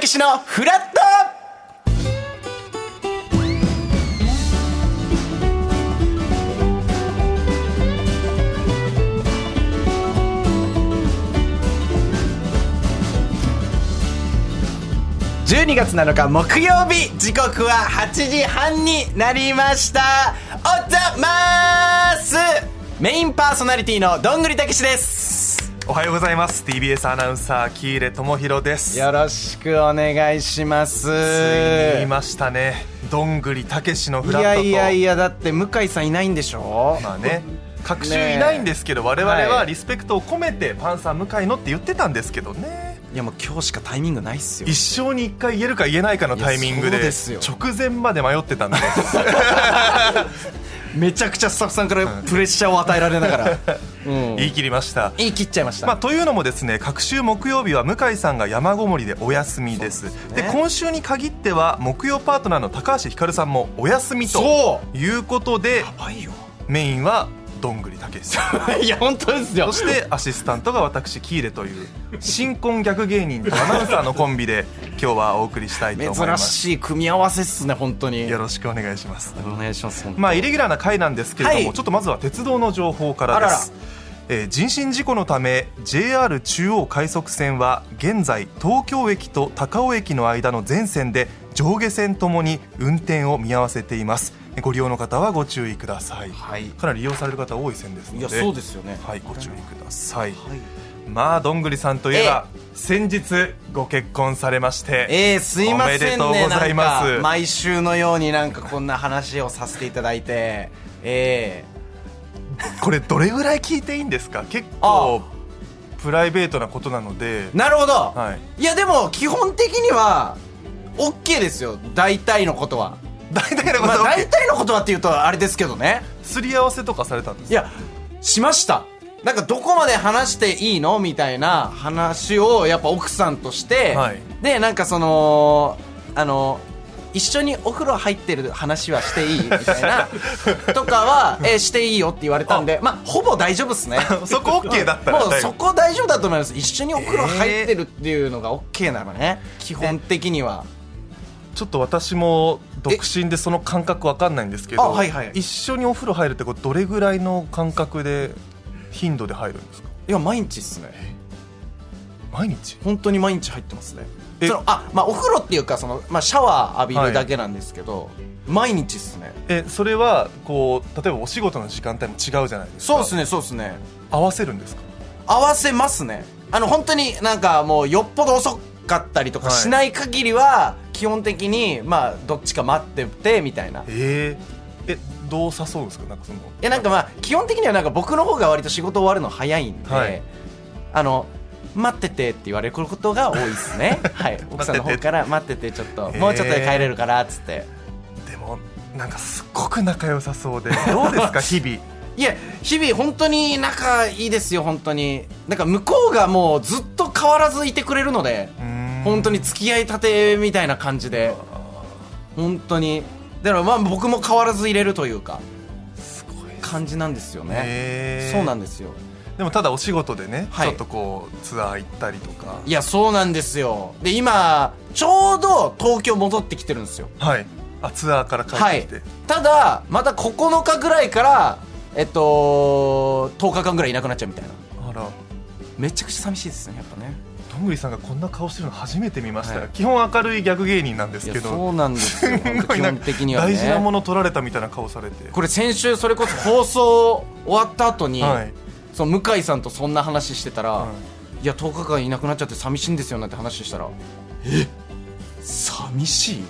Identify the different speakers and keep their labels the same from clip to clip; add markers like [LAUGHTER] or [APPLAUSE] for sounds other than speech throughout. Speaker 1: きしのフラット12月7日木曜日時刻は8時半になりましたおざまーすメインパーソナリティのどんぐりたけしです
Speaker 2: おはようございます TBS アナウンサー喜入智弘です
Speaker 1: よろしくお願いします
Speaker 2: ついに言いましたねどんぐりたけしのフ
Speaker 1: い
Speaker 2: ラッ
Speaker 1: や
Speaker 2: トと
Speaker 1: いやいやだって向井さんいないんでしょ
Speaker 2: まあね各
Speaker 1: ね
Speaker 2: 週
Speaker 1: え
Speaker 2: いないんですけど、我々
Speaker 1: は
Speaker 2: はいリスペクトを込めてパンサー向井のって言ってたんですけどね
Speaker 1: いやもう今日しかタイミングないっすよ
Speaker 2: 一生に一回言えるか言えないかのタイミング
Speaker 1: いやそう
Speaker 2: で
Speaker 1: ですよ
Speaker 2: 直前まで迷ってたんで
Speaker 1: めちゃくちゃスタッフさんからプレッシャーを与えられながら、 [LAUGHS] [LAUGHS] うん
Speaker 2: 言い切りました
Speaker 1: 言い切っちゃいました、
Speaker 2: まあ、というのもですね各週木曜日は向井さんが山ごもりでお休みですで
Speaker 1: ね
Speaker 2: 今週に限っては木曜パートナーの高橋ひかるさんもお休みと
Speaker 1: そ
Speaker 2: いうことで
Speaker 1: うやばいよ
Speaker 2: メインはどんぐりたけしさん [LAUGHS]
Speaker 1: いや本当ですよ
Speaker 2: そしてアシスタントが私キーレという新婚逆芸人とアナウンサーのコンビで今日はお送りしたいと思いま
Speaker 1: 珍
Speaker 2: す
Speaker 1: しい組み合わせっすね本当に
Speaker 2: よろしくお願いします
Speaker 1: お願いします本当
Speaker 2: まあイレギュラーな回なんですけれども、
Speaker 1: はい
Speaker 2: ちょっとまずは鉄道の情報からですえー人身事故のため JR 中央快速線は現在東京駅と高尾駅の間の全線で上下線ともに運転を見合わせていますえーご利用の方はご注意ください、
Speaker 1: はい
Speaker 2: かなり利用される方多い線ですの
Speaker 1: い
Speaker 2: で
Speaker 1: やそうですよね
Speaker 2: はいご注意ください、まあどんぐりさんといえば先日ご結婚されまして
Speaker 1: ええすいませんね
Speaker 2: おめでとうございます
Speaker 1: なんか毎週のようになんかこんな話をさせていただいてえ
Speaker 2: これどれぐらい聞いていいんですか結
Speaker 1: あ
Speaker 2: 構プライベートなことなので
Speaker 1: えなるほど、
Speaker 2: はい
Speaker 1: い、やでも基本的には OK ですよ大体のことは、
Speaker 2: 大体のこ
Speaker 1: まあ、
Speaker 2: と、
Speaker 1: 大体のことはっていうとあれですけどね
Speaker 2: すり合わせとかされたんです
Speaker 1: いや、しました。なんかどこまで話していいのみたいな話をやっぱ奥さんとして、
Speaker 2: はい
Speaker 1: で、なんかその、あの、一緒にお風呂入ってる話はしていいみたい [LAUGHS] なとかは、えーしていいよって言われたんで、まあ、ほぼ [LAUGHS] 大丈夫っすね。
Speaker 2: そこ OK だったら
Speaker 1: もう
Speaker 2: 大丈
Speaker 1: そ
Speaker 2: 夫
Speaker 1: こ大丈夫だと思います。一緒にお風呂入ってるっていうのが OK なのね。基本的には。
Speaker 2: ちょっと私も独身でその感覚わかんないんですけ
Speaker 1: あ
Speaker 2: ど、
Speaker 1: はいはい
Speaker 2: 一緒にお風呂入るってこれどれぐらいの感覚で頻度で入るんですか
Speaker 1: いや、毎日っすね。
Speaker 2: 毎日
Speaker 1: 本当に毎日入ってますね
Speaker 2: え
Speaker 1: そのあまあお風呂っていうかその、まあ、シャワー浴びるだけなんですけど、毎日っすね
Speaker 2: えそれはこう例えばお仕事の時間帯も違うじゃないですか
Speaker 1: そうっすねそうっすね
Speaker 2: 合わせるんですか
Speaker 1: 合わせますねあの本当になんかもうよっぽど遅かったりとか
Speaker 2: はい
Speaker 1: しない限りは基本的にまあどっちか待っててみたいな
Speaker 2: えー、えどう誘うんですかなんかその
Speaker 1: いやなんかまあ基本的にはなんか僕の方が割と仕事終わるの早いんで、
Speaker 2: はい
Speaker 1: あの待っててって言われることが多いです [LAUGHS] ねはい奥さんの方から待っててちょっともうちょっとで帰れるからっつって
Speaker 2: でもなんかすっごく仲良さそうでどうです [LAUGHS] か日々
Speaker 1: いや日々本当に仲いいですよ本当になんか向こうがもうずっと変わらずいてくれるので
Speaker 2: うーん
Speaker 1: 本当に付き合いたてみたいな感じで本当にだからまあ僕も変わらず入れるというか
Speaker 2: すごいですね
Speaker 1: 感じなんですよね
Speaker 2: へー
Speaker 1: そうなんですよ
Speaker 2: でもただお仕事でね、
Speaker 1: はい
Speaker 2: ちょっとこうツアー行ったりとか
Speaker 1: いやそうなんですよで今ちょうど東京戻ってきてるんですよ
Speaker 2: はいあツアーから帰ってきて、
Speaker 1: はいただまた9日ぐらいからえっと10日間ぐらいいなくなっちゃうみたいな
Speaker 2: あら
Speaker 1: めちゃくちゃ寂しいですねやっぱね
Speaker 2: どんぐりさんがこんな顔してるの初めて見ましたよ、
Speaker 1: はい
Speaker 2: 基本明るいギャグ芸人なんです
Speaker 1: い
Speaker 2: け
Speaker 1: やそ
Speaker 2: ど
Speaker 1: うなんです
Speaker 2: [LAUGHS]
Speaker 1: よ基
Speaker 2: すごいな
Speaker 1: 本的にはね
Speaker 2: 大事なもの取られたみたいな顔されて
Speaker 1: これ先週それこそ放送終わった後に、
Speaker 2: はい
Speaker 1: その向井さんとそんな話してたら、、
Speaker 2: はい
Speaker 1: や10日間いなくなっちゃって寂しいんですよなんて話したらえ寂し
Speaker 2: [LAUGHS]
Speaker 1: い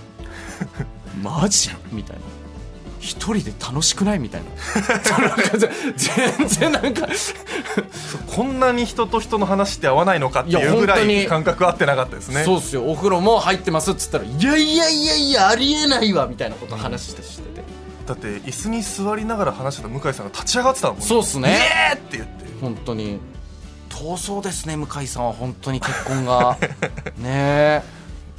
Speaker 1: マジみたいな一人で楽しくないみたいなそのなんか全然なん
Speaker 2: [LAUGHS]
Speaker 1: か
Speaker 2: こんなに人と人の話って合わないのかって
Speaker 1: い
Speaker 2: い
Speaker 1: や
Speaker 2: うぐら
Speaker 1: 本当に
Speaker 2: い感覚合ってなかったですね
Speaker 1: そうっすよお風呂も入ってますっつったらいやいやいやいやありえないわみたいなこと話してしてて、
Speaker 2: だって椅子に座りながら話してた向井さんが立ち上がってたもん
Speaker 1: そうっすね
Speaker 2: イエーって言って
Speaker 1: 本当に闘争ですね向井さんは本当に結婚 [LAUGHS] がねえ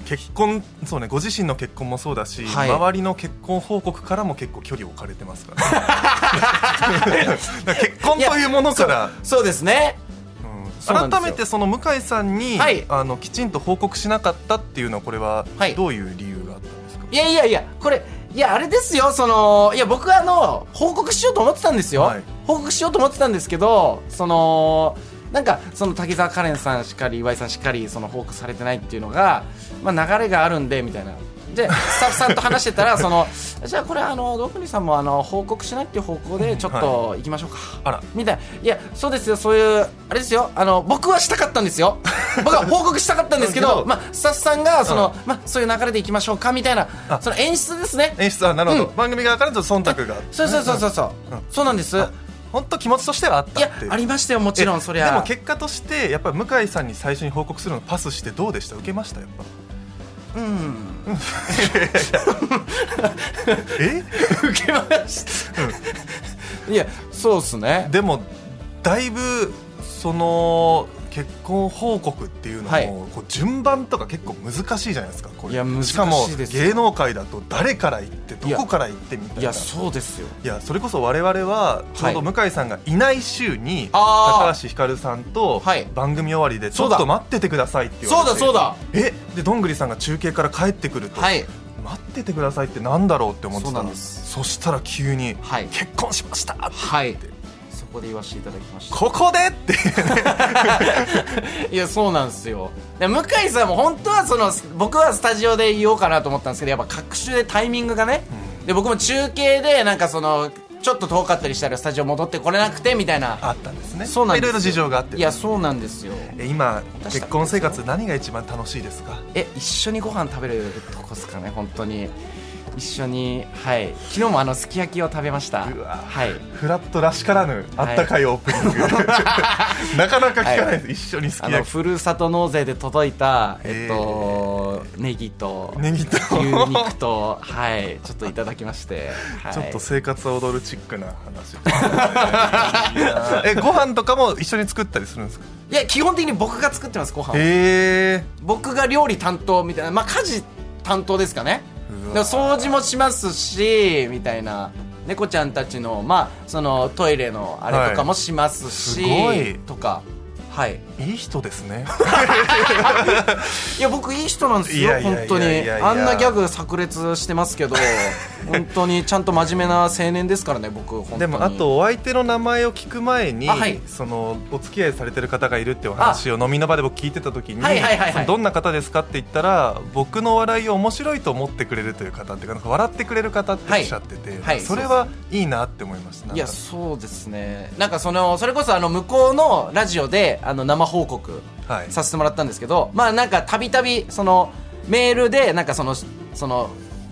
Speaker 2: 結婚そうねご自身の結婚もそうだし、
Speaker 1: はい
Speaker 2: 周りの結婚報告からも結構距離を置かれてます [LAUGHS] から,、ね、だから結婚というものから
Speaker 1: そうですね
Speaker 2: うん
Speaker 1: そうなんです
Speaker 2: 改
Speaker 1: よ
Speaker 2: めてその向井さんに、
Speaker 1: はい
Speaker 2: あのきちんと報告しなかったっていうのはこれは
Speaker 1: はい
Speaker 2: どういう理由があったんですか、
Speaker 1: いやいやいやこれいやあれですよそのいや僕はあの報告しようと思ってたんですよ、
Speaker 2: はい
Speaker 1: 報告しようと思ってたんですけどそのなんかその滝沢カレンさんしっかり岩井さんしっかりその報告されてないっていうのが、まあ、流れがあるんでみたいなでスタッフさんと話してたらそのじゃあこれあのドクニさんもあの報告しないっていう方向でちょっと行きましょうか、
Speaker 2: あら
Speaker 1: みたいないやそうですよそういうあれですよあの僕はしたかったんですよ僕は報告したかったんですけ
Speaker 2: なる
Speaker 1: ど
Speaker 2: ほど
Speaker 1: まあスタッフさんがその、まあそういう流れでいきましょうかみたいな
Speaker 2: あ
Speaker 1: その演出ですね
Speaker 2: 演出はなるほど、
Speaker 1: うん
Speaker 2: 番組側からちょっと忖度があって
Speaker 1: そうそうそうそうそう、
Speaker 2: うん
Speaker 1: そうなんですい
Speaker 2: あ本当気持ちとしてはあった
Speaker 1: や
Speaker 2: っていう
Speaker 1: ありましたよもちろんそりゃ
Speaker 2: でも結果としてやっぱり向井さんに最初に報告するのパスしてどうでした受けましたやっぱ
Speaker 1: うん
Speaker 2: [LAUGHS] え
Speaker 1: 受けましたいやそうっすね
Speaker 2: でもだいぶその結婚報告っていうのも、
Speaker 1: はい
Speaker 2: こう順番とか結構難しいじゃないですかこれ
Speaker 1: いや難しい
Speaker 2: しかも
Speaker 1: ですよ
Speaker 2: 芸能界だと誰から行ってどこから行ってみたいない
Speaker 1: やそうですよ
Speaker 2: いやそれこそ我々はちょうど向井さんがいない週に、
Speaker 1: あー
Speaker 2: 高橋ひかるさんと
Speaker 1: はい
Speaker 2: 番組終わりでちょ
Speaker 1: そ
Speaker 2: っ
Speaker 1: うだ
Speaker 2: と待っててくださいって言
Speaker 1: そ
Speaker 2: わ
Speaker 1: う
Speaker 2: れ
Speaker 1: だ
Speaker 2: て
Speaker 1: そうだ
Speaker 2: えでどんぐりさんが中継から帰ってくると、
Speaker 1: はい
Speaker 2: 待っててくださいってなんだろうって思ってた
Speaker 1: そう
Speaker 2: ら
Speaker 1: なんです
Speaker 2: そしたら急に
Speaker 1: はい
Speaker 2: 結婚しましたって
Speaker 1: はいそこで言わせていただきました
Speaker 2: ここでって [LAUGHS]
Speaker 1: いやそうなんですよで向井さんも本当はその僕はスタジオで言おうかなと思ったんですけどやっぱ各種でタイミングがね、で僕も中継でなんかそのちょっと遠かったりしたらスタジオ戻ってこれなくてみたいな
Speaker 2: あったんですね
Speaker 1: そうなんですよ
Speaker 2: いろいろ事情があって
Speaker 1: いやそうなんですよ
Speaker 2: え今
Speaker 1: 私
Speaker 2: 結婚生活何が一番楽しいですか
Speaker 1: え一緒にご飯食べるとこですかね本当に一緒にはい昨日もあのすき焼きを食べました
Speaker 2: うわ
Speaker 1: はい
Speaker 2: フラットらしからぬあったかいオープ
Speaker 1: [LAUGHS]
Speaker 2: ニング、 [LAUGHS] なかなか聞かないです、一緒に好
Speaker 1: あ
Speaker 2: き
Speaker 1: の
Speaker 2: 焼き
Speaker 1: ふるさと納税で届いたえっ
Speaker 2: へー
Speaker 1: とネギと
Speaker 2: ネギと
Speaker 1: 牛肉とはいちょっといただきまして、はい、
Speaker 2: [LAUGHS] ちょっと生活を踊るチックな話ですねいいな [LAUGHS] えご飯とかも一緒に作ったりするんですか
Speaker 1: いや基本的に僕が作ってますご飯を
Speaker 2: へえ
Speaker 1: 僕が料理担当みたいなまあ家事担当ですかね
Speaker 2: うわ
Speaker 1: だから掃除もしますしみたいな猫ちゃんたちのまあそのトイレのあれとかもしますし、
Speaker 2: はいすごい
Speaker 1: とかはい
Speaker 2: いい人ですね
Speaker 1: いや僕いい人なんです
Speaker 2: い
Speaker 1: よ
Speaker 2: やいやいや
Speaker 1: 本当に
Speaker 2: いやいやいや
Speaker 1: あんなギャグ炸裂してますけど本当にちゃんと真面目な青年ですからね僕本当に
Speaker 2: [LAUGHS] でもあとお相手の名前を聞く前に、
Speaker 1: あはい
Speaker 2: そのお付き合いされてる方がいるってお話を飲みの場で僕聞いてた時に、
Speaker 1: はいはいはいはい
Speaker 2: そのどんな方ですかって言ったら僕の笑いを面白いと思ってくれるという方っていうかなんか笑ってくれる方っておっしゃってて、
Speaker 1: いはい
Speaker 2: それはいいなって思いましたなんか
Speaker 1: いやそうですねなんかそのそれこそあの向こうのラジオであの生報告
Speaker 2: はい
Speaker 1: させてもらったんですけどまあなんかたびたびそのメールでなんかそのその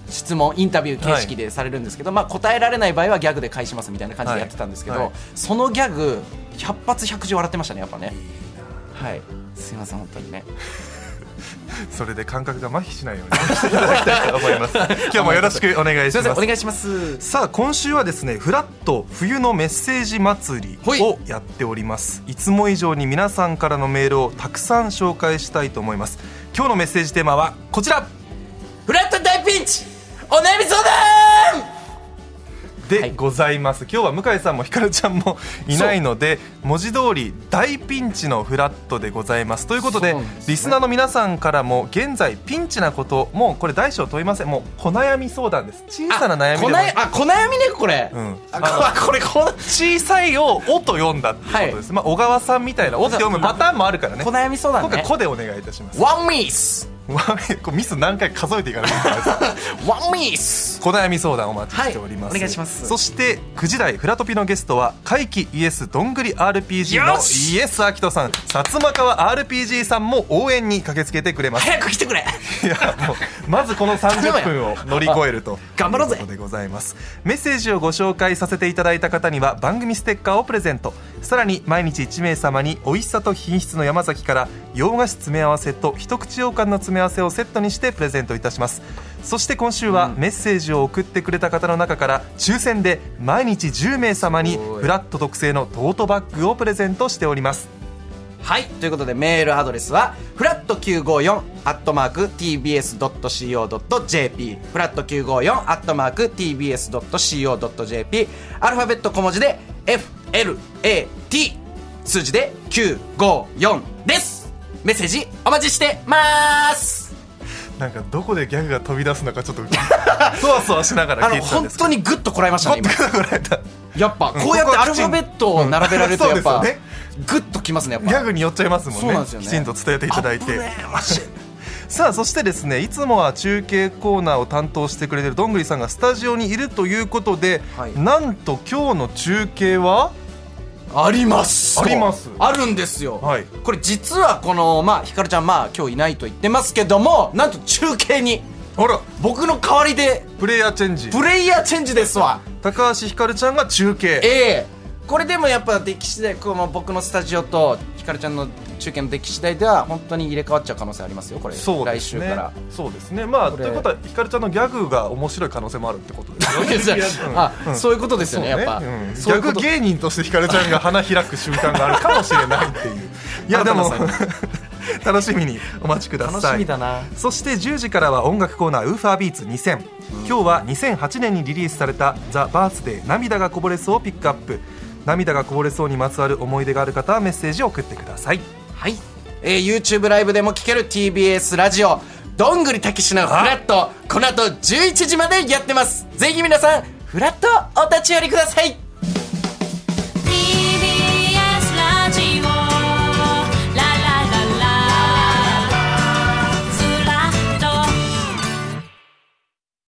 Speaker 1: 質問インタビュー形式でされるんですけど、まあ答えられない場合はギャグで返しますみたいな感じでやってたんですけど、
Speaker 2: はいはい
Speaker 1: そのギャグ100発100中笑ってましたねやっぱねはいすいません本当にね
Speaker 2: それで感覚が麻痺しないように [LAUGHS] していただきたいと思います今日もよろしくお願いし
Speaker 1: すいま
Speaker 2: ま
Speaker 1: せん
Speaker 2: す
Speaker 1: お願いします
Speaker 2: さあ今週はですねフラット冬のメッセージ祭り
Speaker 1: ほい
Speaker 2: をやっておりますいつも以上に皆さんからのメールをたくさん紹介したいと思います今日のメッセージテーマはこちら
Speaker 1: フラット大ピンチお悩み相談は
Speaker 2: で
Speaker 1: い
Speaker 2: ございます、今日は向井さんもひかるちゃんもいないので文字通り大ピンチのフラットでございますということで
Speaker 1: そうなんですね
Speaker 2: リスナーの皆さんからも現在ピンチなこともうこれ大小問いませんもう小悩み相談です小さな悩みで
Speaker 1: こ
Speaker 2: も
Speaker 1: なあ小悩みねこれ、
Speaker 2: うん
Speaker 1: あこあこれこの
Speaker 2: 小さいを「お」と読んだっていうことです、まあ小川さんみたいな「お」って読むパターンもあるからね
Speaker 1: 小悩み相談
Speaker 2: 今回「
Speaker 1: ね
Speaker 2: こ」でお願いいたします
Speaker 1: ワンミス
Speaker 2: わこうミス何回か数えていかないとい
Speaker 1: [LAUGHS]
Speaker 2: けないです
Speaker 1: ワンミス
Speaker 2: 小悩み相談お待ちしております、
Speaker 1: はいお願いします
Speaker 2: そして9時台フラトピのゲストは怪奇イエスどんぐり RPG の
Speaker 1: よし
Speaker 2: イエスアキトさん薩摩川 RPG さんも応援に駆けつけてくれます
Speaker 1: 早く来てくれ
Speaker 2: いやもうまずこの30分を乗り越えると
Speaker 1: 頑張ろうぜ
Speaker 2: いうことでございますメッセージをご紹介させていただいた方には番組ステッカーをプレゼントさらに毎日1名様に美味しさと品質の山崎から洋菓子詰め合わせと一口羊羹の詰め合わせをセットにしてプレゼントいたしますそして今週はメッセージを送ってくれた方の中から抽選で毎日10名様に
Speaker 1: すごい
Speaker 2: フラット特製のトートバッグをプレゼントしております
Speaker 1: [LAUGHS] はいということでメールアドレスはフラット954アットマーク TBS.CO.JP フラット954アットマーク TBS.CO.JP アルファベット小文字で FLAT 数字で954ですメッセージお待ちしてまーす
Speaker 2: なんかどこでギャグが飛び出すのかちょっと [LAUGHS] そわそわしながら
Speaker 1: あ
Speaker 2: 聞い
Speaker 1: の
Speaker 2: てたん
Speaker 1: 本
Speaker 2: です
Speaker 1: 当にグッとこらえましたね今
Speaker 2: 本当にこれだ
Speaker 1: やっぱ
Speaker 2: ん
Speaker 1: こうやってアルファベットを並べられると
Speaker 2: うん
Speaker 1: やっぱ
Speaker 2: そうですよね
Speaker 1: グッときますねやっぱ
Speaker 2: ギャグに寄っちゃいますもんね
Speaker 1: そうなんですよね
Speaker 2: きちんと伝えていただい
Speaker 1: 危
Speaker 2: て
Speaker 1: ねえマジ
Speaker 2: さあそしてですねいつもは中継コーナーを担当してくれてるどんぐりさんがスタジオにいるということで、
Speaker 1: はい
Speaker 2: なんと今日の中継は
Speaker 1: [LAUGHS] あります
Speaker 2: あります
Speaker 1: あるんですよ、
Speaker 2: はい
Speaker 1: これ実はこのまあひかるちゃんまあ今日いないと言ってますけどもなんと中継に
Speaker 2: ほら
Speaker 1: 僕の代わりで
Speaker 2: プレイヤーチェンジ
Speaker 1: プレイヤーチェンジですわ
Speaker 2: 高橋ひかるちゃんが中継
Speaker 1: ええこれでもやっぱ歴史でこの僕のスタジオとひかるちゃんの中継の出来次第では本当に入れ替わっちゃう可能性ありますよこれ、
Speaker 2: そうで
Speaker 1: 来
Speaker 2: す
Speaker 1: 週
Speaker 2: ね [LAUGHS]
Speaker 1: から。
Speaker 2: そうですねまあ
Speaker 1: ことれ
Speaker 2: いうことはひかるちゃんのギャグが面白い可能性もあるってことですよね
Speaker 1: あ、そういうことですよねやっぱ、
Speaker 2: うんギ
Speaker 1: そうい
Speaker 2: ャ
Speaker 1: うこ
Speaker 2: グ
Speaker 1: と
Speaker 2: 芸人としてひかるちゃんが花開く瞬間があるかもし
Speaker 1: [LAUGHS]
Speaker 2: れないっていういやでも [LAUGHS]
Speaker 1: 新
Speaker 2: 楽しみにお待ちくだ
Speaker 1: 楽し
Speaker 2: さい
Speaker 1: みだな
Speaker 2: そして10時からは音楽コーナー「ウーファービーツ2000」今日は2008年にリリースされた「ザ・バースデー涙がこぼれそう」をピックアップ涙がこぼれそうにまつわる思い出がある方はメッセージを送ってください
Speaker 1: はい、えー、YouTube ライブでも聴ける TBS ラジオどんぐりたけしのフラットこの後11時までやってますぜひ皆さんフラットお立ち寄りください